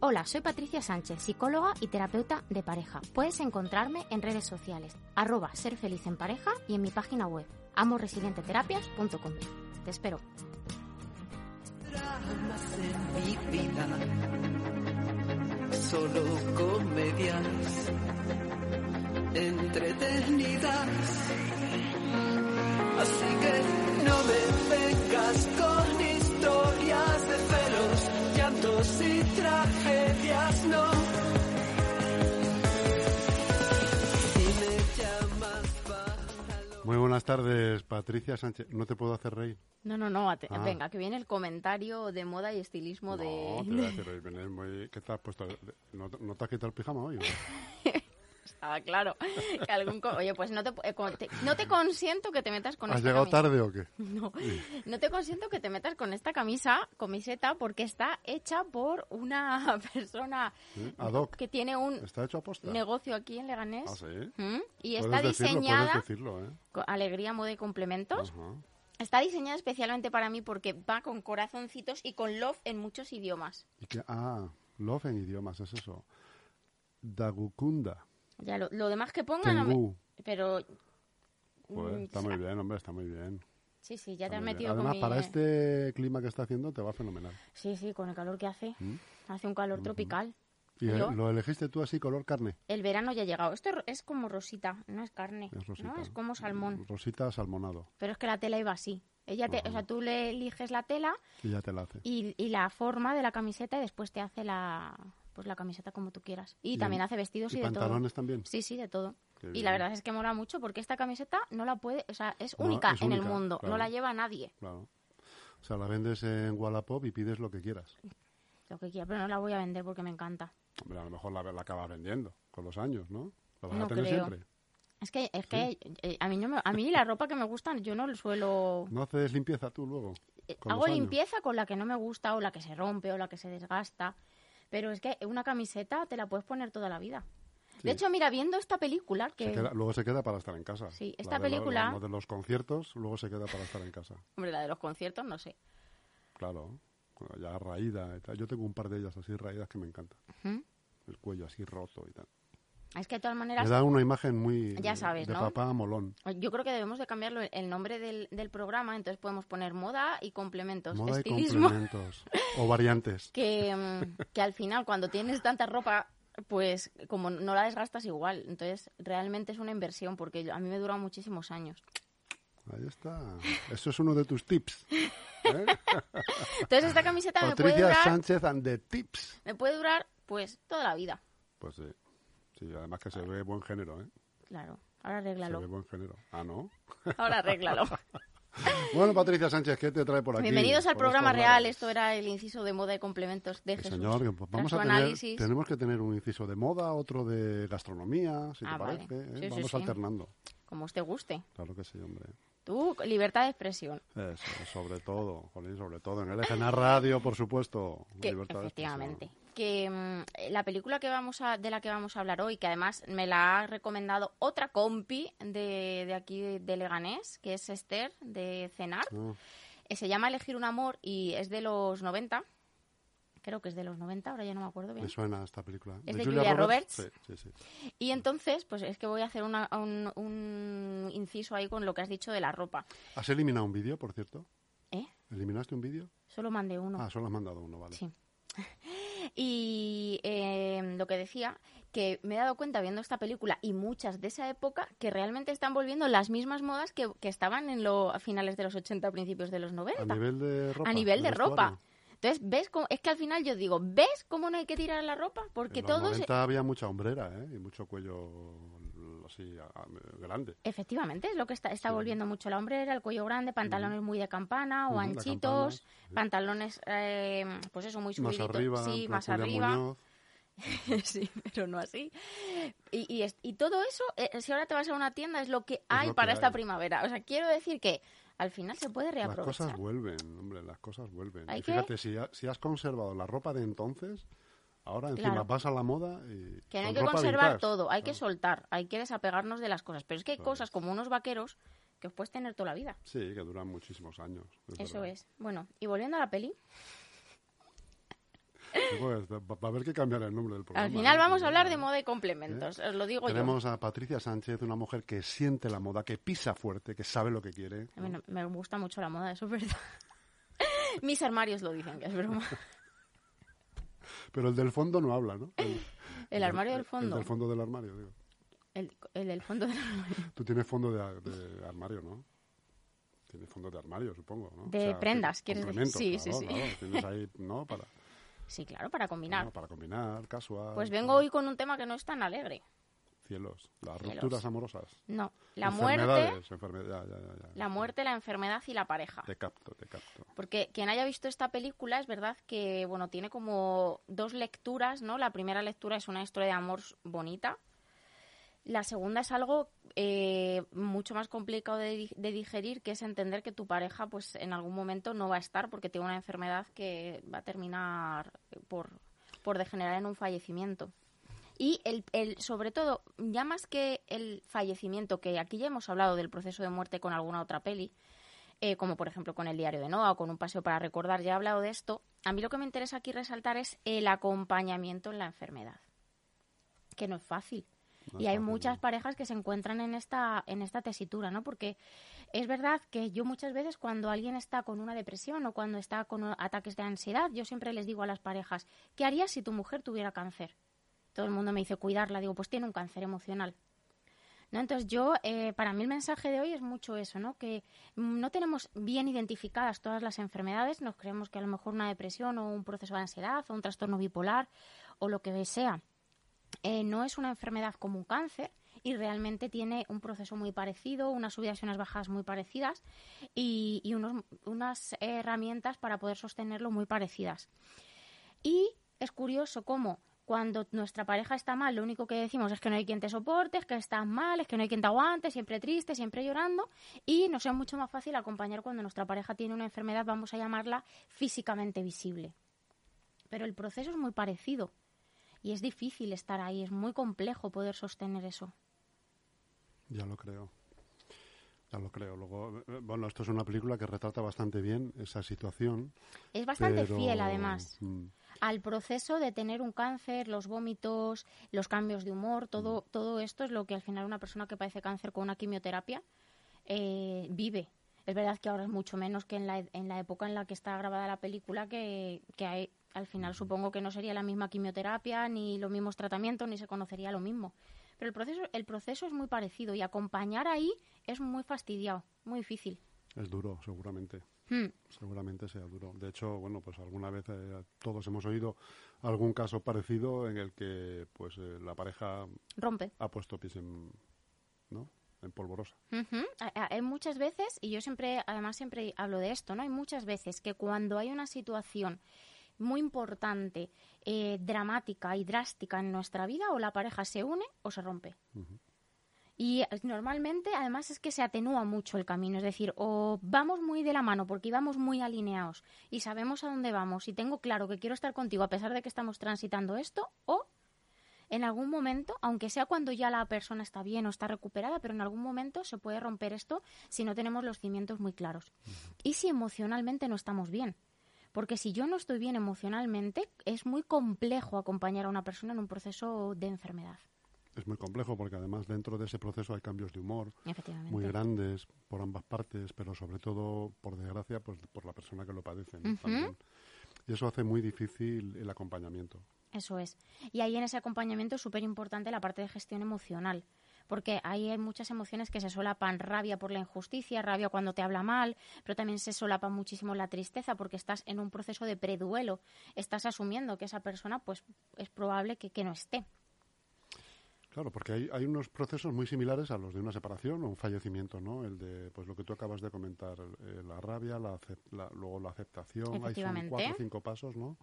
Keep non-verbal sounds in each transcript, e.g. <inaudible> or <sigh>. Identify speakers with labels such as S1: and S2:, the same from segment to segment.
S1: Hola, soy Patricia Sánchez, psicóloga y terapeuta de pareja. Puedes encontrarme en redes sociales, arroba ser feliz en pareja y en mi página web, amoresilienteterapias.com. Te espero.
S2: Dramas en mi vida, solo comedias, entretenidas. Así que no me vengas con historias de celos, llantos y tragedias, no. Si me llamas para lo-
S3: Muy buenas tardes, Patricia Sánchez. No te puedo hacer reír.
S4: No, no, no. ate-
S3: Ah.
S4: Venga, que viene el comentario de moda y estilismo
S3: No,
S4: de... <laughs>
S3: te voy a hacer reír. Venés muy... ¿Qué te has puesto? ¿No, no te has quitado el pijama hoy? o no?
S4: Estaba claro. que algún co- Oye, pues no te, eh, con- te- no te consiento que te metas con
S3: ¿Has
S4: esta
S3: llegado
S4: camisa.
S3: tarde o qué?
S4: <laughs> No, no te consiento que te metas con esta camisa, camiseta, porque está hecha por una <laughs> persona
S3: ¿Sí? Ad hoc.
S4: que tiene un
S3: ¿Está hecho a posta?
S4: negocio aquí en Leganés.
S3: Ah, sí.
S4: ¿Mm? Y
S3: Puedes Oh.
S4: está
S3: decirlo,
S4: diseñada...
S3: Puedes decirlo, ¿eh?
S4: con Alegría, moda y complementos.
S3: Ajá.
S4: Está diseñada especialmente para mí porque va con corazoncitos y con love en muchos idiomas.
S3: ¿Y qué? Ah, love en idiomas, es eso. Dagukunda.
S4: Ya, lo, lo demás que pongan... no me-
S3: Tengu.
S4: Pero...
S3: Joder, Pues,
S4: mm,
S3: está muy bien, hombre, está muy bien.
S4: Sí, sí, ya
S3: Está
S4: te has
S3: muy bien.
S4: metido
S3: Además,
S4: con mi-
S3: para este clima que está haciendo, te va fenomenal.
S4: Sí, sí, con el calor que hace.
S3: ¿Mm?
S4: Hace un calor tropical.
S3: ¿Y eh,
S4: Yo-
S3: lo elegiste tú así, color carne?
S4: El verano ya ha llegado. Esto ro- es como rosita, no es carne.
S3: Es rosita.
S4: ¿no? Ah, Es como salmón.
S3: Rosita salmonado.
S4: Pero es que la tela iba así. Ella te, o sea, tú le eliges la tela
S3: Y ya te la hace.
S4: y, y la forma de la camiseta y después te hace la pues la camiseta como tú quieras. Y, también hace vestidos y,
S3: y
S4: de todo.
S3: pantalones también.
S4: Sí, sí, de todo.
S3: Qué
S4: Y la
S3: bien.
S4: verdad es que mola mucho porque esta camiseta no la puede, o sea, es
S3: No,
S4: única
S3: es
S4: en el
S3: única,
S4: mundo,
S3: claro.
S4: no la lleva nadie.
S3: Claro. O sea, la vendes en Wallapop y pides lo que quieras.
S4: Lo que quiera, pero no la voy a vender porque me encanta.
S3: Hombre, a lo mejor la, la acabas vendiendo con los años, ¿no? La vas
S4: No
S3: a tener
S4: creo.
S3: siempre.
S4: Es que, es que eh, a mí no me- a mí la ropa que me gusta yo no lo suelo
S3: ¿No haces limpieza tú luego?
S4: eh,
S3: con los
S4: hago
S3: años?
S4: limpieza con la que no me gusta o la que se rompe o la que se desgasta, pero es que una camiseta te la puedes poner toda la vida.
S3: Sí.
S4: De hecho, mira, viendo esta película que
S3: Se queda- luego se queda para estar en casa.
S4: Sí,
S3: La de
S4: esta
S3: lo-
S4: película-
S3: la de los conciertos, luego se queda para estar en casa.
S4: hombre, la de los conciertos no sé.
S3: Claro. Bueno, ya raída y tal. Yo tengo un par de ellas así raídas que me encantan.
S4: Ujú.
S3: El cuello así roto y tal.
S4: Es que de todas
S3: Me
S4: maneras
S3: da una imagen muy
S4: Ya sabes,
S3: de
S4: ¿no?
S3: papá molón.
S4: yo creo que debemos de cambiarlo el- el nombre del, del programa, entonces podemos poner moda y complementos,
S3: Moda y
S4: estilismo, <laughs>
S3: complementos. o variantes.
S4: que, mm, que al final cuando tienes tanta ropa, pues como no la desgastas igual, entonces realmente es una inversión porque a mí me dura muchísimos años.
S3: Ahí está. Eso es uno de tus
S4: <laughs>
S3: tips. ¿eh?
S4: Entonces esta camiseta me puede
S3: Patricia
S4: durar,
S3: Sánchez and the tips.
S4: me puede durar pues toda la vida.
S3: Pues sí. Sí, además que se ve buen género, ¿eh?
S4: Claro, ahora
S3: Se ve
S4: arréglalo.
S3: buen género. Ah, ¿no? <laughs>
S4: Ahora arréglalo.
S3: Bueno, Patricia Sánchez, ¿qué te trae por aquí?
S4: Bienvenidos al
S3: Por estos
S4: programa real.
S3: lares.
S4: Esto era el inciso de moda y complementos de
S3: Sí,
S4: Jesús.
S3: señor, que pues
S4: Tras
S3: vamos
S4: su
S3: a tener,
S4: análisis.
S3: tenemos que tener un inciso de moda, otro de gastronomía, si
S4: Ah,
S3: te
S4: vale.
S3: parece. ¿eh?
S4: Sí, sí,
S3: vamos
S4: sí.
S3: alternando.
S4: Como os te guste.
S3: Claro que sí, hombre.
S4: Tú, libertad de expresión.
S3: Eso, sobre todo, jolín, sobre todo en LGN Radio, por supuesto.
S4: Que,
S3: Libertad de
S4: efectivamente. Que mm, la película que vamos a, de la que vamos a hablar hoy, que además me la ha recomendado otra compi de, de aquí de, de Leganés, que es Esther de Cenar.
S3: expresión.
S4: Eh, Se llama Elegir un amor y es de los 90. Creo que es de los 90, ahora ya no me acuerdo
S3: Ah,
S4: bien.
S3: me suena esta película.
S4: Es de Julia Roberts.
S3: Sí, sí, sí.
S4: Y entonces, pues es que voy a hacer una- un, un inciso ahí con lo que has dicho de la ropa.
S3: ¿Has eliminado un vídeo, por cierto?
S4: ¿Eh?
S3: ¿Eliminaste un vídeo?
S4: Solo mandé uno.
S3: Ah, solo has mandado uno, vale.
S4: Sí. Y eh, lo que decía, que me he dado cuenta viendo esta película y muchas de esa época que realmente están volviendo las mismas modas que, que estaban en lo, a finales de los 80, principios de los 90.
S3: A nivel de ropa.
S4: a nivel de ropa.
S3: vestuario.
S4: Entonces, ¿ves cómo? Es que al final yo digo, ¿ves cómo no hay que tirar la ropa? Porque
S3: en los
S4: todos...
S3: 90 había mucha hombrera, ¿eh? Y mucho cuello así, a- a- grande.
S4: Efectivamente, es lo que está, está volviendo mucho la hombrera, el cuello grande, pantalones muy de campana o
S3: Ujú, la
S4: anchitos,
S3: campana, sí.
S4: pantalones, eh, pues eso, muy
S3: Más
S4: subiditos.
S3: arriba, en
S4: sí,
S3: plan
S4: más
S3: Julia
S4: arriba.
S3: Muñoz.
S4: <laughs> sí, pero no así. Y, y es- y todo eso, eh, si ahora te vas a una tienda, es lo que hay
S3: lo que
S4: para esta
S3: hay.
S4: primavera. O sea, quiero decir que al final se puede
S3: Las
S4: reaprovechar.
S3: cosas vuelven, hombre, las cosas vuelven.
S4: Hay
S3: Y
S4: que-
S3: fíjate, si, ha- si has conservado la ropa de entonces, ahora encima
S4: Claro.
S3: vas a la moda y...
S4: Que no
S3: con
S4: hay que
S3: ropa
S4: conservar
S3: vintage.
S4: todo, hay que
S3: Claro.
S4: soltar, hay que desapegarnos de las cosas. Pero es que hay
S3: Claro.
S4: cosas como unos vaqueros que os puedes tener toda la vida.
S3: Sí, que duran muchísimos años.
S4: Eso
S3: verdad.
S4: es. Bueno, y volviendo a la peli,
S3: Pues, va va a haber que cambiar el nombre del programa.
S4: al final
S3: ¿eh?
S4: vamos a hablar de moda y complementos, os lo digo
S3: Tenemos a Patricia Sánchez, una mujer que siente la moda, que pisa fuerte, que sabe lo que quiere.
S4: yo. A mí no- me gusta mucho la moda, eso es verdad. <laughs> Mis armarios lo dicen, que
S3: <laughs>
S4: es broma.
S3: Pero el del fondo no habla, ¿no? El,
S4: <laughs> El armario del
S3: El
S4: fondo.
S3: del fondo del armario, digo.
S4: El, el del fondo del armario.
S3: Tú tienes fondo de, de armario, ¿no? Tienes fondo de armario, supongo, ¿no?
S4: De prendas,
S3: sí,
S4: ¿quieres decir?
S3: complementos,
S4: Sí, sí,
S3: claro,
S4: sí.
S3: claro, Tienes ahí,
S4: <laughs>
S3: ¿no? Para,
S4: Sí, claro, para combinar.
S3: ¿no? para combinar, casual.
S4: pues vengo hoy con un tema que no es tan alegre.
S3: Cielos, las
S4: Cielos.
S3: rupturas amorosas.
S4: No, la muerte,
S3: Enfermedades, enfermedad, ya, ya, ya.
S4: la muerte, la enfermedad y la pareja.
S3: Te capto, te capto.
S4: Porque quien haya visto esta película es verdad que, bueno, tiene como dos lecturas, ¿no? La primera lectura es una historia de amor s- bonita. La segunda es algo eh, mucho más complicado de, di- de digerir, que es entender que tu pareja, pues, en algún momento no va a estar porque tiene una enfermedad que va a terminar por, por degenerar en un fallecimiento. Y el, el- sobre todo, ya más que el fallecimiento, que aquí ya hemos hablado del proceso de muerte con alguna otra peli, eh, como por ejemplo con el diario de Noah o con un paseo para recordar, ya he hablado de esto, a mí lo que me interesa aquí resaltar es el acompañamiento en la enfermedad, que no es fácil.
S3: No
S4: y
S3: es
S4: hay
S3: fácil,
S4: muchas
S3: ¿no?
S4: parejas que se encuentran en esta, en esta tesitura, ¿no? Porque es verdad que yo muchas veces cuando alguien está con una depresión o cuando está con o- ataques de ansiedad, yo siempre les digo a las parejas, ¿qué harías si tu mujer tuviera cáncer? Todo el mundo me dice cuidarla, digo, pues tiene un cáncer emocional. ¿no? Entonces yo, eh, para mí el mensaje de hoy es mucho eso, ¿no? Que mm, no tenemos bien identificadas todas las enfermedades, nos creemos que a lo mejor una depresión o un proceso de ansiedad o un trastorno bipolar o lo que sea eh, no es una enfermedad como un cáncer y realmente tiene un proceso muy parecido, unas subidas y unas bajadas muy parecidas y, y unos- unas herramientas para poder sostenerlo muy parecidas. Y es curioso cómo cuando nuestra pareja está mal, lo único que decimos es que no hay quien te soporte, es que estás mal, es que no hay quien te aguante, siempre triste, siempre llorando. Y nos es mucho más fácil acompañar cuando nuestra pareja tiene una enfermedad, vamos a llamarla físicamente visible. Pero el proceso es muy parecido. Y es difícil estar ahí, es muy complejo poder sostener eso.
S3: Ya lo creo. Ya lo creo. Luego, eh, bueno, esto es una película que retrata bastante bien esa situación.
S4: Es bastante
S3: pero-
S4: fiel, además,
S3: Mm.
S4: al proceso de tener un cáncer, los vómitos, los cambios de humor, todo, todo esto es lo que al final una persona que padece cáncer con una quimioterapia eh, vive. Es verdad que ahora es mucho menos que en la, e- en la época en la que está grabada la película, que, que hay- al final supongo que no sería la misma quimioterapia, ni los mismos tratamientos, ni se conocería lo mismo. Pero el proceso, el proceso es muy parecido y acompañar ahí es muy fastidiado, muy difícil.
S3: Es duro, seguramente.
S4: Hmm.
S3: Seguramente sea duro. De hecho, bueno, pues alguna vez eh, todos hemos oído algún caso parecido en el que pues eh, la pareja
S4: Rompe.
S3: ha puesto pies en, ¿no? en polvorosa.
S4: Ujú. A- a- Hay muchas veces, y yo siempre, además siempre hablo de esto, ¿no? Hay muchas veces que cuando hay una situación muy importante, eh, dramática y drástica en nuestra vida, o la pareja se une o se rompe.
S3: Ujú.
S4: Y eh, normalmente, además, es que se atenúa mucho el camino. Es decir, o vamos muy de la mano porque íbamos muy alineados y sabemos a dónde vamos y tengo claro que quiero estar contigo a pesar de que estamos transitando esto, o en algún momento, aunque sea cuando ya la persona está bien o está recuperada, pero en algún momento se puede romper esto si no tenemos los cimientos muy claros. Y si emocionalmente no estamos bien. Porque si yo no estoy bien emocionalmente, es muy complejo acompañar a una persona en un proceso de enfermedad.
S3: Es muy complejo porque además dentro de ese proceso hay cambios de humor
S4: Efectivamente.
S3: muy grandes por ambas partes, pero sobre todo, por desgracia, pues por la persona que lo padece. ¿no?
S4: Ujú.
S3: También. Y eso hace muy difícil el acompañamiento.
S4: Eso es. Y ahí en ese acompañamiento es súper importante la parte de gestión emocional. Porque ahí hay muchas emociones que se solapan, rabia por la injusticia, rabia cuando te habla mal, pero también se solapa muchísimo la tristeza porque estás en un proceso de preduelo, estás asumiendo que esa persona pues es probable que, que no esté.
S3: Claro, porque hay, hay unos procesos muy similares a los de una separación o un fallecimiento, ¿no? El de, pues lo que tú acabas de comentar, eh, la rabia, la acep- la- luego la aceptación, hay son
S4: Efectivamente.
S3: cuatro o cinco pasos, ¿no?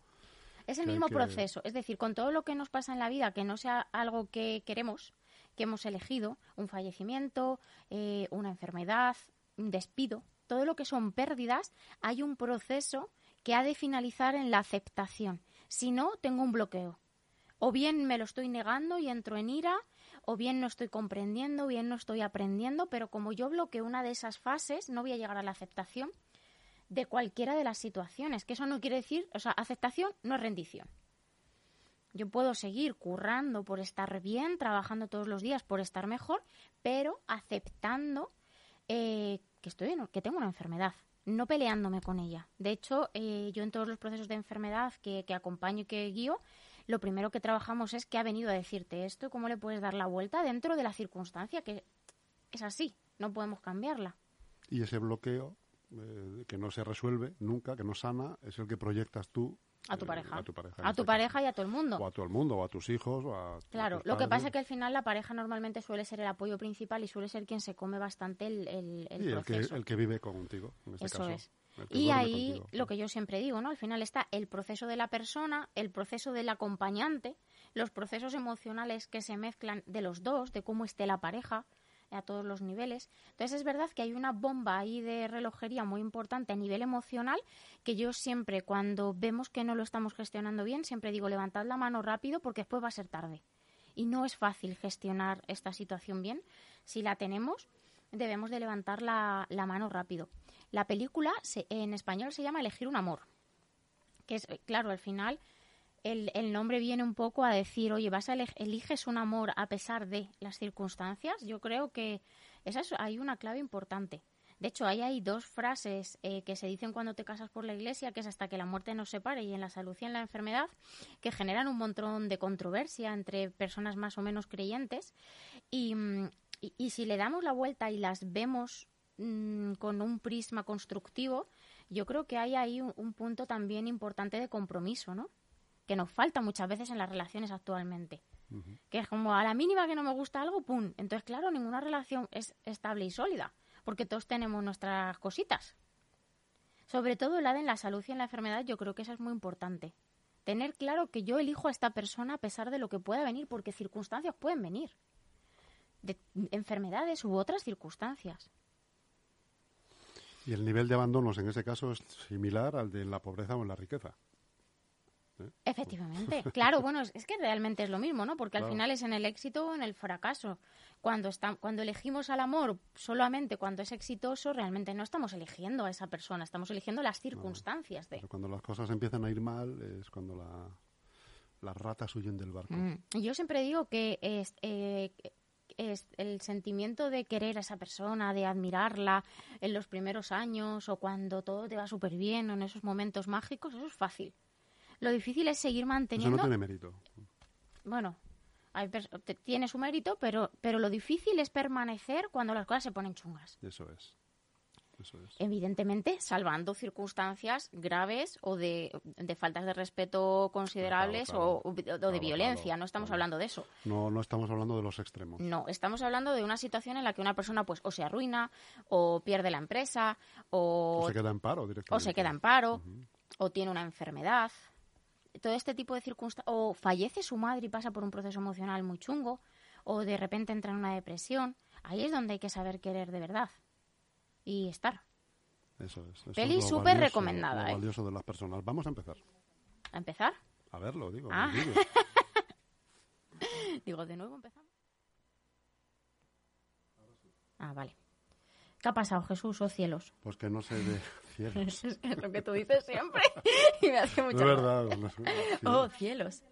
S4: Es el
S3: que hay
S4: mismo
S3: que-
S4: proceso. Es decir, con todo lo que nos pasa en la vida, que no sea algo que queremos, que hemos elegido, un fallecimiento, eh, una enfermedad, un despido, todo lo que son pérdidas, hay un proceso que ha de finalizar en la aceptación. Si no, tengo un bloqueo. O bien me lo estoy negando y entro en ira, o bien no estoy comprendiendo, o bien no estoy aprendiendo, pero como yo bloqueo una de esas fases, no voy a llegar a la aceptación de cualquiera de las situaciones. Que eso no quiere decir, o sea, aceptación no es rendición. Yo puedo seguir currando por estar bien, trabajando todos los días por estar mejor, pero aceptando eh, que estoy en- que tengo una enfermedad, no peleándome con ella. De hecho, eh, yo en todos los procesos de enfermedad que, que acompaño y que guío, lo primero que trabajamos es que ha venido a decirte esto y cómo le puedes dar la vuelta dentro de la circunstancia que es así, no podemos cambiarla.
S3: Y ese bloqueo eh, que no se resuelve nunca, que no sana, es el que proyectas tú
S4: A tu
S3: eh,
S4: pareja.
S3: A tu pareja, en
S4: A
S3: este
S4: tu
S3: caso.
S4: pareja y a todo el mundo.
S3: O a todo el mundo, o a tus hijos, o a.
S4: Claro,
S3: a tus
S4: lo que pasa es
S3: padres.
S4: que al final la pareja normalmente suele ser el apoyo principal y suele ser quien se come bastante el, el- el
S3: Y el que,
S4: proceso.
S3: el que vive contigo, en este
S4: Eso
S3: caso.
S4: es.
S3: El que
S4: Y
S3: duerme
S4: ahí
S3: contigo.
S4: lo que yo siempre digo, ¿no? Al final está el proceso de la persona, el proceso del acompañante, los procesos emocionales que se mezclan de los dos, de cómo esté la pareja a todos los niveles. Entonces es verdad que hay una bomba ahí de relojería muy importante a nivel emocional que yo siempre cuando vemos que no lo estamos gestionando bien, siempre digo levantad la mano rápido porque después va a ser tarde. Y no es fácil gestionar esta situación bien. Si la tenemos, debemos de levantar la, la mano rápido. La película se- en español se llama Elegir un amor. Que es, eh, claro, al final el, el nombre viene un poco a decir, oye, vas a ele- eliges un amor a pesar de las circunstancias. Yo creo que esa es, hay una clave importante. De hecho, ahí hay dos frases eh, que se dicen cuando te casas por la iglesia, que es hasta que la muerte nos separe y en la salud y en la enfermedad, que generan un montón de controversia entre personas más o menos creyentes. Y, mm, y- y si le damos la vuelta y las vemos mm, con un prisma constructivo, yo creo que hay ahí un, un punto también importante de compromiso, ¿no? Que nos falta muchas veces en las relaciones actualmente.
S3: Ujú.
S4: Que es como a la mínima que no me gusta algo, ¡pum! Entonces, claro, ninguna relación es estable y sólida, porque todos tenemos nuestras cositas. Sobre todo la de en la salud y en la enfermedad, yo creo que esa es muy importante. Tener claro que yo elijo a esta persona a pesar de lo que pueda venir, porque circunstancias pueden venir de enfermedades u otras circunstancias.
S3: Y el nivel de abandonos en ese caso es similar al de en la pobreza o en la riqueza.
S4: Efectivamente, claro, bueno, es, es que realmente es lo mismo, ¿no? Porque al
S3: Claro.
S4: final es en el éxito o en el fracaso. Cuando, está, cuando elegimos al amor solamente cuando es exitoso, realmente no estamos eligiendo a esa persona, estamos eligiendo las circunstancias de...
S3: Pero cuando las cosas empiezan a ir mal es cuando la, las ratas huyen del barco.
S4: Mm. Y Yo siempre digo que es, eh, es el sentimiento de querer a esa persona, de admirarla en los primeros años o cuando todo te va súper bien o en esos momentos mágicos, eso es fácil. Lo difícil es seguir
S3: Eso
S4: manteniendo
S3: no tiene mérito.
S4: bueno, hay pers- te- tiene su mérito, pero, pero lo difícil es permanecer cuando las cosas se ponen chungas.
S3: Eso es. Eso es.
S4: Evidentemente, salvando circunstancias graves o de, de faltas de respeto considerables
S3: claro.
S4: o- o, de- o de
S3: Claro,
S4: violencia.
S3: claro,
S4: no estamos
S3: claro.
S4: hablando de eso.
S3: No, no estamos hablando de los extremos.
S4: No, estamos hablando de una situación en la que una persona pues o se arruina, o pierde la empresa, o,
S3: O se queda en paro directamente.
S4: o se queda en paro, o tiene una enfermedad, todo este tipo de circunstancias, o fallece su madre y pasa por un proceso emocional muy chungo, o de repente entra en una depresión. Ahí es donde hay que saber querer de verdad y estar.
S3: Eso es. Eso
S4: Peli
S3: es lo
S4: súper
S3: valioso-
S4: recomendada,
S3: lo
S4: ¿eh?
S3: valioso de las personas. Vamos a empezar.
S4: A empezar,
S3: A verlo, digo.
S4: Ah.
S3: los vídeos.
S4: digo, de nuevo empezamos. Ah, vale. ¿Qué ha pasado, Jesús o cielos? <laughs>
S3: Pues que no se dé cielos.
S4: es lo que tú dices siempre <laughs> y me hace mucha
S3: De
S4: gracia.
S3: verdad. no sé, sí.
S4: Oh, cielos.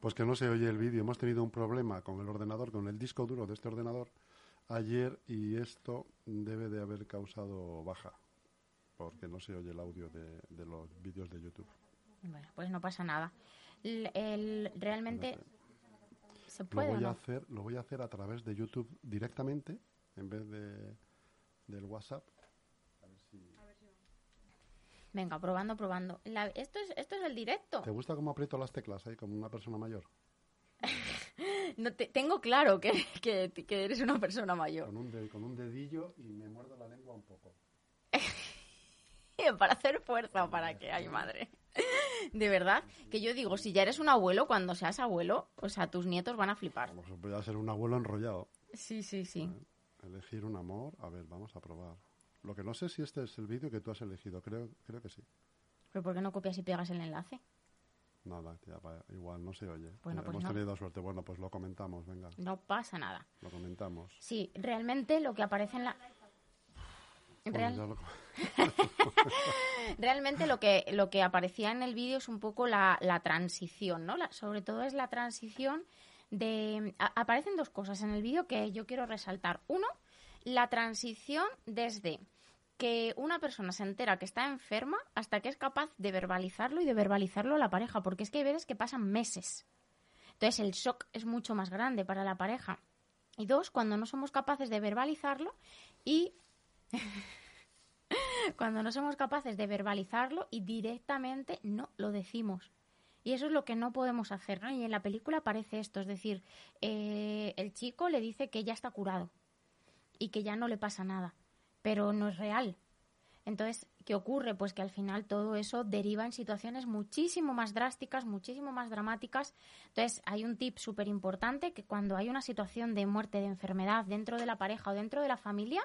S3: Pues que no se oye el vídeo. Hemos tenido un problema con el ordenador, con el disco duro de este ordenador ayer y esto debe de haber causado baja porque no se oye el audio de, de los vídeos de YouTube.
S4: Bueno, pues no pasa nada. El, el- realmente se
S3: Lo
S4: puede o
S3: voy a
S4: no.
S3: hacer, lo voy a hacer a través de YouTube directamente en vez de del WhatsApp.
S4: Venga, probando, probando. La- esto es esto es el directo.
S3: ¿Te gusta cómo aprieto las teclas ahí como una persona mayor?
S4: No te- tengo claro que, que, que eres una persona mayor.
S3: Con un, de- con un dedillo y me muerdo la lengua un poco.
S1: <laughs> para hacer fuerza, para que, ay madre. <laughs> De verdad, que yo digo, si ya eres un abuelo, cuando seas abuelo, o sea, tus nietos van a flipar.
S3: Vamos, voy a ser un abuelo enrollado.
S1: Sí, sí, sí.
S3: Elegir un amor. A ver, vamos a probar. Lo que no sé si este es el vídeo que tú has elegido. Creo, creo que sí.
S1: ¿Pero por qué no copias y pegas el enlace?
S3: Nada, tía, pa- igual no se oye. Eh,
S1: Bueno, pues
S3: Hemos
S1: no.
S3: tenido suerte. Bueno, pues lo comentamos, venga.
S1: No pasa nada.
S3: Lo comentamos.
S1: Sí, realmente lo que aparece en la...
S3: Bueno,
S1: Real-
S3: ya lo-
S1: Realmente lo que, lo que aparecía en el vídeo es un poco la, la transición, ¿no? La- sobre todo es la transición de... a- aparecen dos cosas en el vídeo que yo quiero resaltar. Uno, la transición desde que una persona se entera que está enferma hasta que es capaz de verbalizarlo y de verbalizarlo a la pareja, porque es que hay veces que pasan meses. Entonces el shock es mucho más grande para la pareja. Y dos, cuando no somos capaces de verbalizarlo y <laughs> cuando no somos capaces de verbalizarlo y directamente no lo decimos. Y eso es lo que no podemos hacer, ¿no? Y en la película aparece esto, es decir, eh, el chico le dice que ya está curado y que ya no le pasa nada, pero no es real. Entonces, ¿qué ocurre? Pues que al final todo eso deriva en situaciones muchísimo más drásticas, muchísimo más dramáticas. Entonces, hay un tip súper importante que cuando hay una situación de muerte, de enfermedad dentro de la pareja o dentro de la familia,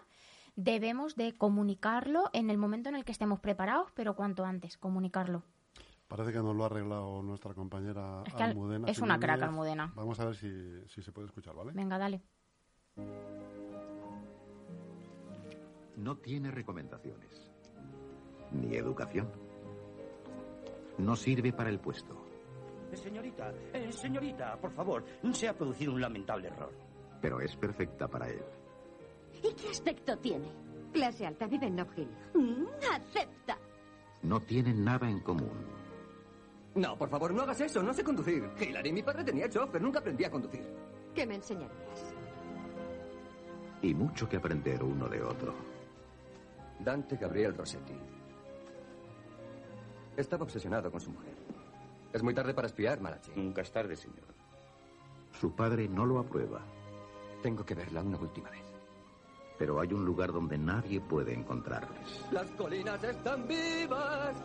S1: debemos de comunicarlo en el momento en el que estemos preparados, pero cuanto antes, comunicarlo.
S3: <laughs> Parece que nos lo ha arreglado nuestra compañera
S1: Es que al-
S3: Almudena.
S1: es una
S3: Jiménez.
S1: crack, Almudena.
S3: Vamos a ver si, si se puede escuchar, ¿vale?
S1: Venga, dale.
S5: no tiene recomendaciones. Ni educación. No sirve para el puesto.
S6: Señorita, eh, señorita, por favor, se ha producido un lamentable error.
S5: Pero es perfecta para él.
S7: ¿Y qué aspecto tiene?
S8: Clase alta, vive en Nob Hill.
S7: Mm, acepta.
S5: No tienen nada en común.
S6: No, por favor, no hagas eso, no sé conducir. Hillary, mi padre tenía chofer, nunca aprendí a conducir.
S8: ¿Qué me enseñarías?
S5: Y mucho que aprender uno de otro.
S6: Dante Gabriel Rossetti. Estaba obsesionado con su mujer. Es muy tarde para espiar, Malachi. Nunca es tarde, señor.
S5: Su padre no lo aprueba.
S6: Tengo que verla una última vez.
S5: Pero hay un lugar donde nadie puede encontrarles.
S6: Las colinas están vivas.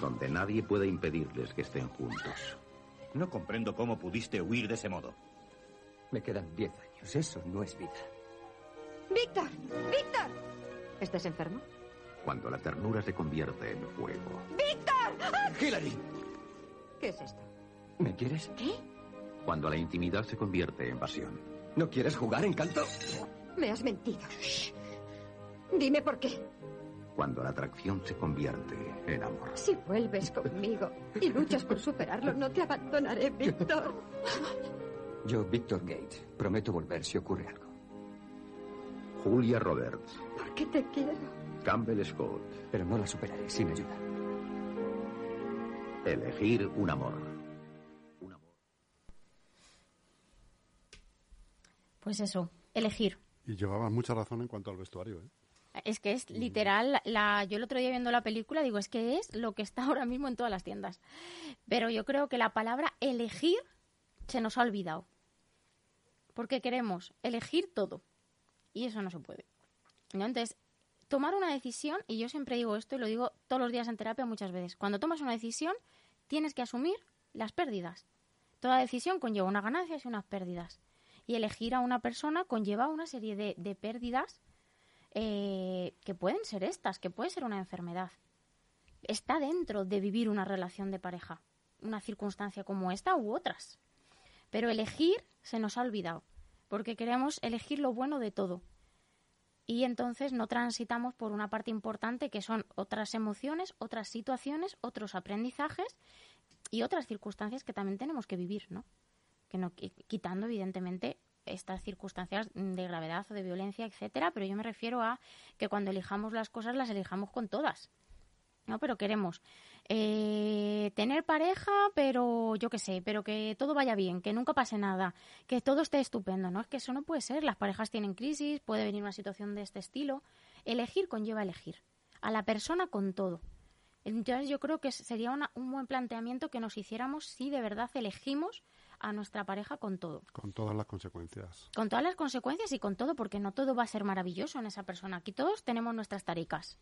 S5: Donde nadie puede impedirles que estén juntos.
S9: No comprendo cómo pudiste huir de ese modo.
S6: Me quedan 10 años, eso no es vida.
S8: ¡Víctor! ¡Víctor! ¿Estás enfermo?
S5: Cuando la ternura se convierte en fuego.
S6: Hillary,
S8: ¿Qué es esto?
S6: ¿me quieres?
S5: Cuando la intimidad se convierte en pasión.
S6: ¿No quieres jugar, encanto?
S8: Me has mentido. Shh. Dime por qué.
S5: Cuando la atracción se convierte en amor.
S8: Si vuelves conmigo y luchas por superarlo, no te abandonaré, Víctor.
S6: Yo, Victor Gates, prometo volver si ocurre algo.
S5: Julia Roberts,
S8: ¿Por qué te quiero?
S5: Campbell Scott,
S6: Pero no la superaré sin ayuda.
S5: elegir un amor. Un amor.
S1: Pues eso, elegir.
S3: Y llevabas mucha razón en cuanto al vestuario, ¿eh?
S1: Es que es literal, la, yo el otro día viendo la película digo, es que es lo que está <laughs> ahora mismo en todas las tiendas. Pero yo creo que la palabra elegir se nos ha olvidado. Porque queremos elegir todo. Y eso no se puede. ¿no? Entonces, tomar una decisión, y yo siempre digo esto y lo digo todos los días en terapia muchas veces, cuando tomas una decisión tienes que asumir las pérdidas. Toda decisión conlleva unas ganancias y unas pérdidas. Y elegir a una persona conlleva una serie de, de pérdidas eh, que pueden ser estas, que puede ser una enfermedad. Está dentro de vivir una relación de pareja, una circunstancia como esta u otras. Pero elegir se nos ha olvidado, porque queremos elegir lo bueno de todo. Y entonces no transitamos por una parte importante que son otras emociones, otras situaciones, otros aprendizajes y otras circunstancias que también tenemos que vivir, ¿no? que no qui- quitando evidentemente estas circunstancias de gravedad o de violencia, etcétera, pero yo me refiero a que cuando elijamos las cosas las elijamos con todas. No, pero queremos eh, tener pareja, pero yo qué sé, pero que todo vaya bien, que nunca pase nada, que todo esté estupendo, ¿no? Es que eso no puede ser, las parejas tienen crisis, puede venir una situación de este estilo. Elegir conlleva elegir a la persona con todo. Entonces yo creo que sería una- un buen planteamiento que nos hiciéramos si de verdad elegimos
S4: a nuestra pareja con todo.
S3: Con todas las consecuencias.
S4: Con todas las consecuencias y con todo, porque no todo va a ser maravilloso en esa persona. Aquí todos tenemos nuestras taricas.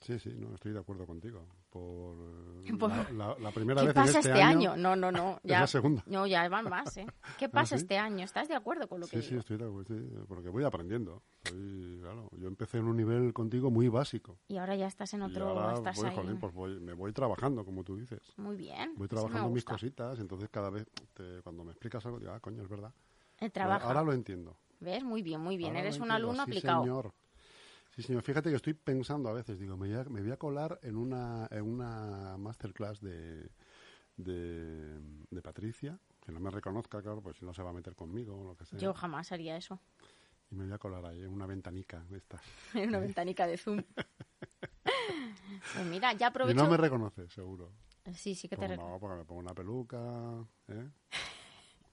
S3: Sí, sí, no, estoy de acuerdo contigo. Por
S1: <laughs>
S3: eh,
S4: Por-
S3: la, la- la primera
S4: ¿Qué
S3: vez en
S4: pasa
S3: este,
S4: este año? No, no,
S3: <laughs>
S4: no.
S3: es la
S4: Ya,
S3: segunda.
S4: No, ya van
S3: <laughs>
S4: más, ¿eh? ¿Qué pasa
S3: Ah, sí?
S4: este año? ¿Estás de acuerdo con lo
S3: Sí,
S4: que
S3: sí,
S4: digo?
S3: estoy de acuerdo, sí, porque voy aprendiendo. Soy- claro, yo empecé en un nivel contigo muy básico.
S4: Y ahora ya estás en
S3: Y
S4: otro...
S3: ahora
S4: estás
S3: voy,
S4: ahí.
S3: jolín, pues voy- me voy trabajando, como tú dices.
S4: Muy bien.
S3: Voy
S4: eso me
S3: trabajando mis
S4: gusta.
S3: cositas, entonces cada vez te- cuando me explicas algo digo, ah, coño, es verdad.
S4: Eh, trabaja.
S3: Ahora lo entiendo.
S4: ¿Ves? Muy bien, muy bien.
S3: Ahora
S4: Eres
S3: lo
S4: un
S3: entiendo.
S4: alumno
S3: Sí,
S4: aplicado.
S3: Señor. Sí, señor. Fíjate que estoy pensando a veces, digo, me voy a, me voy a colar en una, en una masterclass de, de, de Patricia, que no me reconozca, claro, pues si no se va a meter conmigo o lo que sea.
S4: Yo jamás haría eso.
S3: Y me voy a colar ahí en una ventanica de estas.
S4: En <laughs> una ventanica
S3: <laughs>
S4: de Zoom. pues mira, ya
S3: Y
S4: aprovecho...
S3: no me reconoce, seguro.
S4: Sí, sí que te
S3: Pues
S4: recuerdo.
S3: no, porque me pongo una peluca, ¿eh?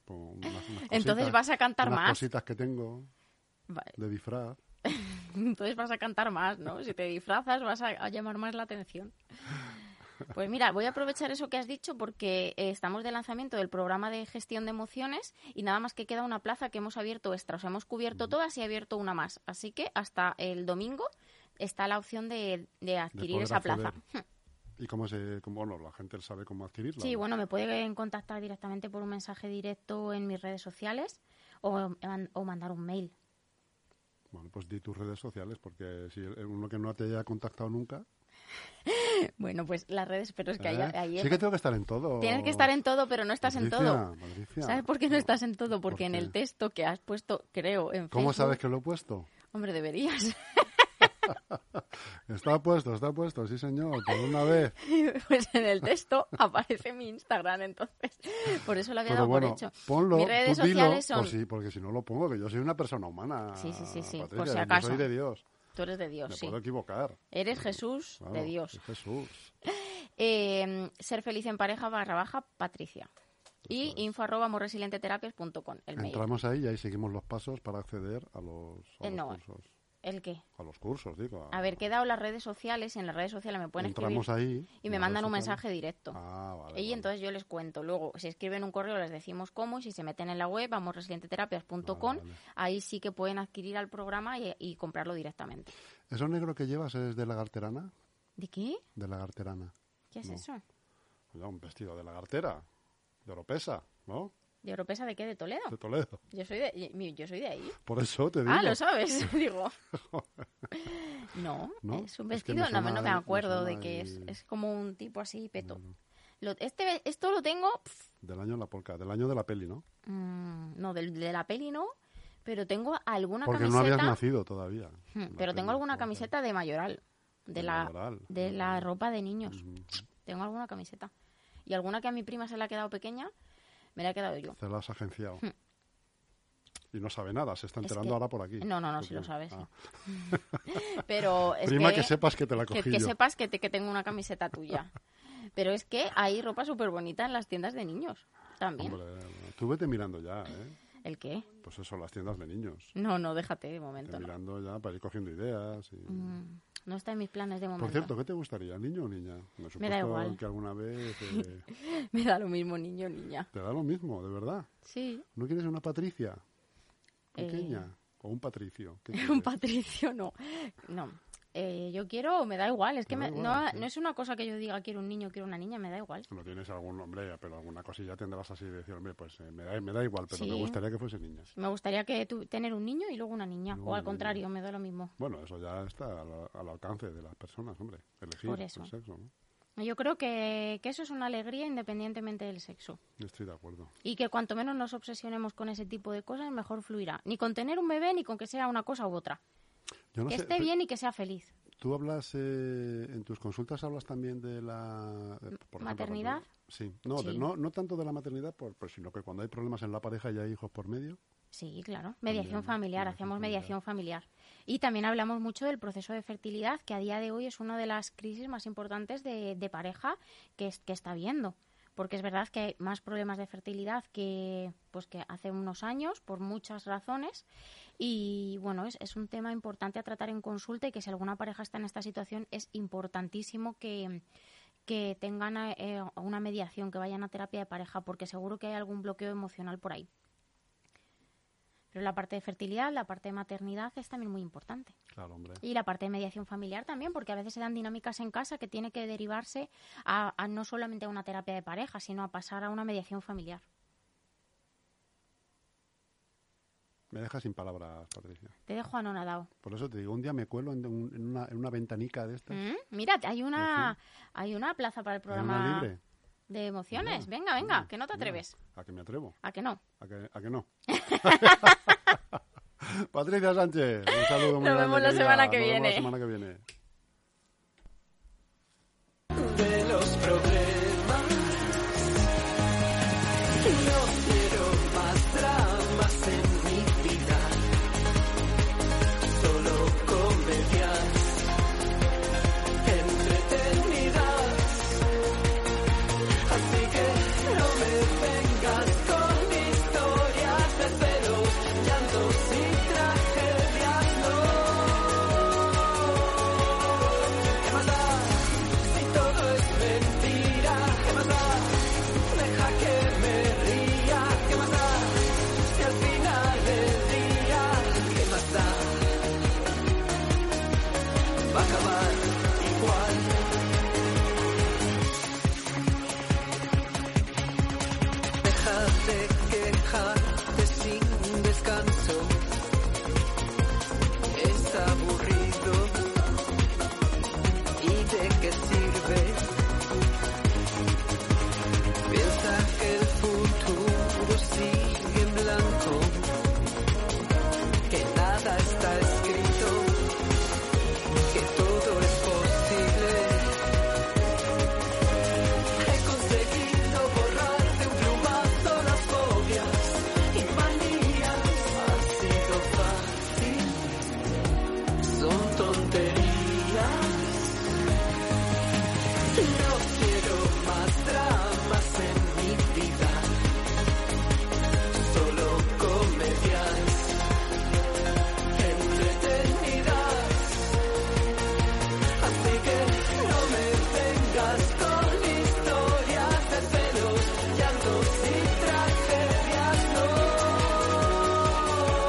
S3: Pongo unas-
S4: <laughs>
S3: unas
S4: Entonces
S3: cositas,
S4: vas a cantar
S3: unas
S4: más.
S3: cositas que tengo
S4: Va- <laughs>
S3: de disfraz.
S4: Entonces vas a cantar más, ¿no? Si te disfrazas vas a, a llamar más
S3: <laughs>
S4: la atención. Pues mira, voy a aprovechar eso que has dicho porque eh, estamos de lanzamiento del programa de gestión de emociones y nada más que queda una plaza que hemos abierto extra. O sea, hemos
S3: Mm.
S4: cubierto todas y abierto una más. Así que hasta el domingo está la opción de, de
S3: de
S4: adquirir
S3: poder
S4: esa plaza. Hmm.
S3: acceder. ¿Y cómo se...? Cómo, bueno, la gente sabe cómo adquirirla.
S4: Sí,
S3: ¿no?
S4: bueno, me pueden contactar directamente por un mensaje directo en mis redes sociales o, o mandar un mail.
S3: Bueno, pues di tus redes sociales, porque si el- uno que no te haya contactado nunca...
S4: Bueno, pues las redes, pero es que ahí-
S3: ¿eh?
S4: ahí
S3: Sí que tengo que estar en todo.
S4: Tienes que estar en todo, pero no estás en
S3: Patricia,
S4: todo.
S3: Patricia,
S4: ¿Sabes por qué no estás en todo? Porque en
S3: qué?
S4: el texto que has puesto, creo, en
S3: ¿Cómo
S4: Facebook-
S3: sabes que lo he puesto?
S4: Hombre, deberías. <laughs>
S3: Está puesto, está puesto, sí señor, por una vez.
S4: pues en el texto aparece mi Instagram, entonces. Por eso lo había
S3: Pero
S4: dado
S3: bueno,
S4: por hecho.
S3: ponlo,
S4: Mis redes
S3: tú dilo,
S4: sociales son...
S3: por si- porque si no lo pongo, que yo soy una persona humana.
S4: Sí, sí, sí, sí, por
S3: Patricia,
S4: si
S3: yo
S4: acaso.
S3: soy de Dios,
S4: Tú eres de Dios,
S3: me
S4: sí.
S3: puedo equivocar.
S4: Eres Jesús de
S3: Claro,
S4: Dios.
S3: es Jesús.
S4: Eh, ser feliz en pareja barra baja, Patricia. Y
S3: Eso es.
S4: info arroba amorresilienteterapias.com, el mail.
S3: Entramos ahí y ahí seguimos los pasos para acceder a los, a
S4: Eh,
S3: los
S4: no.
S3: cursos.
S4: ¿El qué?
S3: A los cursos, digo.
S4: A ver, que he dado las redes sociales, en las redes sociales me pueden
S3: Entramos
S4: escribir
S3: ahí.
S4: y me
S3: en la
S4: mandan
S3: red social.
S4: un mensaje directo.
S3: Ah, vale.
S4: Y
S3: vale.
S4: entonces yo les cuento. Luego, si escriben un correo, les decimos cómo. Y si se meten en la web, vamos resilienteterapias.com.
S3: Vale, vale.
S4: Ahí sí que pueden adquirir al programa y, y comprarlo directamente.
S3: ¿Eso negro que llevas es de lagarterana?
S4: ¿De qué?
S3: De lagarterana.
S4: ¿Qué es
S3: No.
S4: eso?
S3: Oiga, un vestido de lagartera, de oropesa, ¿no?
S4: ¿De Europesa de qué? ¿De Toledo?
S3: De Toledo.
S4: Yo soy de, mi- yo soy de ahí.
S3: Por eso te digo.
S4: Ah, lo sabes, <laughs> digo. No,
S3: ¿No?
S4: es un
S3: Es que
S4: vestido,
S3: me
S4: no, me- no
S3: suena-
S4: me
S3: me
S4: acuerdo
S3: suena
S4: de qué es.
S3: el-
S4: Es como un tipo así, peto. Lo- este, esto lo tengo, pf,
S3: Del año de la polca, del año de la peli, ¿no?
S4: mm, no, del- de, la peli no, pero tengo alguna
S3: Porque no
S4: camiseta.
S3: habías nacido todavía.
S4: Hmm,
S3: La
S4: Pero tengo
S3: peli,
S4: alguna
S3: polca.
S4: camiseta de mayoral, de
S3: De
S4: la,
S3: Mayoral,
S4: de
S3: muy
S4: la
S3: bien.
S4: ropa de niños.
S3: Ujú.
S4: Tengo alguna camiseta. Y alguna que a mi prima se le ha quedado pequeña, me la he quedado yo.
S3: Te la has agenciado. Y no sabe nada, se está
S4: Hmm. Es
S3: enterando
S4: que-
S3: ahora por aquí.
S4: No, no, no,
S3: Tu
S4: si lo
S3: prima.
S4: sabes, sí.
S3: Ah,
S4: <laughs>
S3: <laughs>
S4: Pero es
S3: Prima,
S4: que,
S3: que sepas que te la
S4: que,
S3: cogí
S4: que
S3: yo.
S4: sepas que, te- que tengo una camiseta
S3: <laughs>
S4: tuya. Pero es que hay ropa súper bonita en las tiendas de niños también.
S3: Hombre, tú vete mirando ya, ¿eh?
S4: ¿El qué?
S3: Pues eso, las tiendas de niños.
S4: No, no, déjate de
S3: Vete
S4: momento. No.
S3: mirando ya para ir cogiendo ideas. y-
S4: Mm, no está en mis planes de momento.
S3: Por cierto, ¿qué te gustaría, niño o niña? Me,
S4: Me da
S3: supuesto
S4: igual.
S3: que alguna vez eh,
S4: <laughs> Me da lo mismo niño o niña.
S3: te da lo mismo, de verdad.
S4: Sí.
S3: ¿No quieres una Patricia
S4: Eh.
S3: pequeña? ¿O un Patricio? ¿Qué
S4: <laughs> Un
S3: quieres?
S4: Patricio no. No. Eh, yo quiero, me da igual. Es que
S3: Te da
S4: me-
S3: igual,
S4: no,
S3: sí.
S4: no es una cosa que yo diga quiero un niño, quiero una niña, me da igual.
S3: No tienes algún nombre, pero alguna cosilla tendrás así de decir, hombre, pues eh, me, da, me da igual, pero me
S4: Sí.
S3: gustaría que fuese niña.
S4: Me gustaría que tu- tener un niño y luego una niña.
S3: Luego
S4: o
S3: una
S4: al
S3: niña.
S4: contrario, me da lo mismo.
S3: Bueno, eso ya está al, al alcance de las personas, hombre. Elegir
S4: Por eso.
S3: el sexo, ¿no?
S4: Yo creo que, que eso es una alegría independientemente del sexo.
S3: Estoy de acuerdo.
S4: Y que cuanto menos nos obsesionemos con ese tipo de cosas, mejor fluirá. Ni con tener un bebé, ni con que sea una cosa u otra.
S3: Yo no
S4: que
S3: sé,
S4: esté
S3: pe-
S4: bien y que sea feliz.
S3: Tú hablas, eh, en tus consultas hablas también de la... de- por ejemplo,
S4: maternidad?
S3: cuando- sí, no, de-
S4: Sí.
S3: no, no tanto de la maternidad, por, pues, sino que cuando hay problemas en la pareja y hay hijos por medio.
S4: Sí, claro. Mediación
S3: También,
S4: familiar,
S3: mediación
S4: hacemos mediación familiar. Y también hablamos mucho del proceso de fertilidad, que a día de hoy es una de las crisis más importantes de, de pareja que, es- que está viendo. Porque es verdad que hay más problemas de fertilidad que, pues que hace unos años, por muchas razones. Y bueno, es, es un tema importante a tratar en consulta y que si alguna pareja está en esta situación es importantísimo que,
S1: que tengan eh, una mediación, que vayan a terapia de pareja, porque seguro que hay algún bloqueo emocional por ahí. Pero la parte de fertilidad, la parte de maternidad es también muy importante.
S3: Claro, hombre.
S1: Y la parte de mediación familiar también, porque a veces se dan dinámicas en casa que tiene que derivarse a, a no solamente a una terapia de pareja, sino a pasar a una mediación familiar.
S3: Me deja sin palabras, Patricia.
S1: Te dejo anonadado.
S3: Por eso te digo, un día me cuelo en, un- en una, en una ventanica de estas.
S1: Mm, Mira, hay una, pues hay una plaza para el
S3: en una
S1: programa
S3: libre.
S1: de emociones.
S3: Mira,
S1: Venga, venga,
S3: mira,
S1: que no te
S3: mira.
S1: atreves.
S3: ¿A que me atrevo?
S1: ¿A que no?
S3: ¿A que, a
S1: <laughs>
S3: que no? <laughs> Patricia Sánchez, un saludo muy
S4: Nos vemos
S3: grande,
S4: la
S3: querida.
S4: semana que
S3: Nos vemos
S4: viene.
S3: la semana que viene.
S2: de los problemas.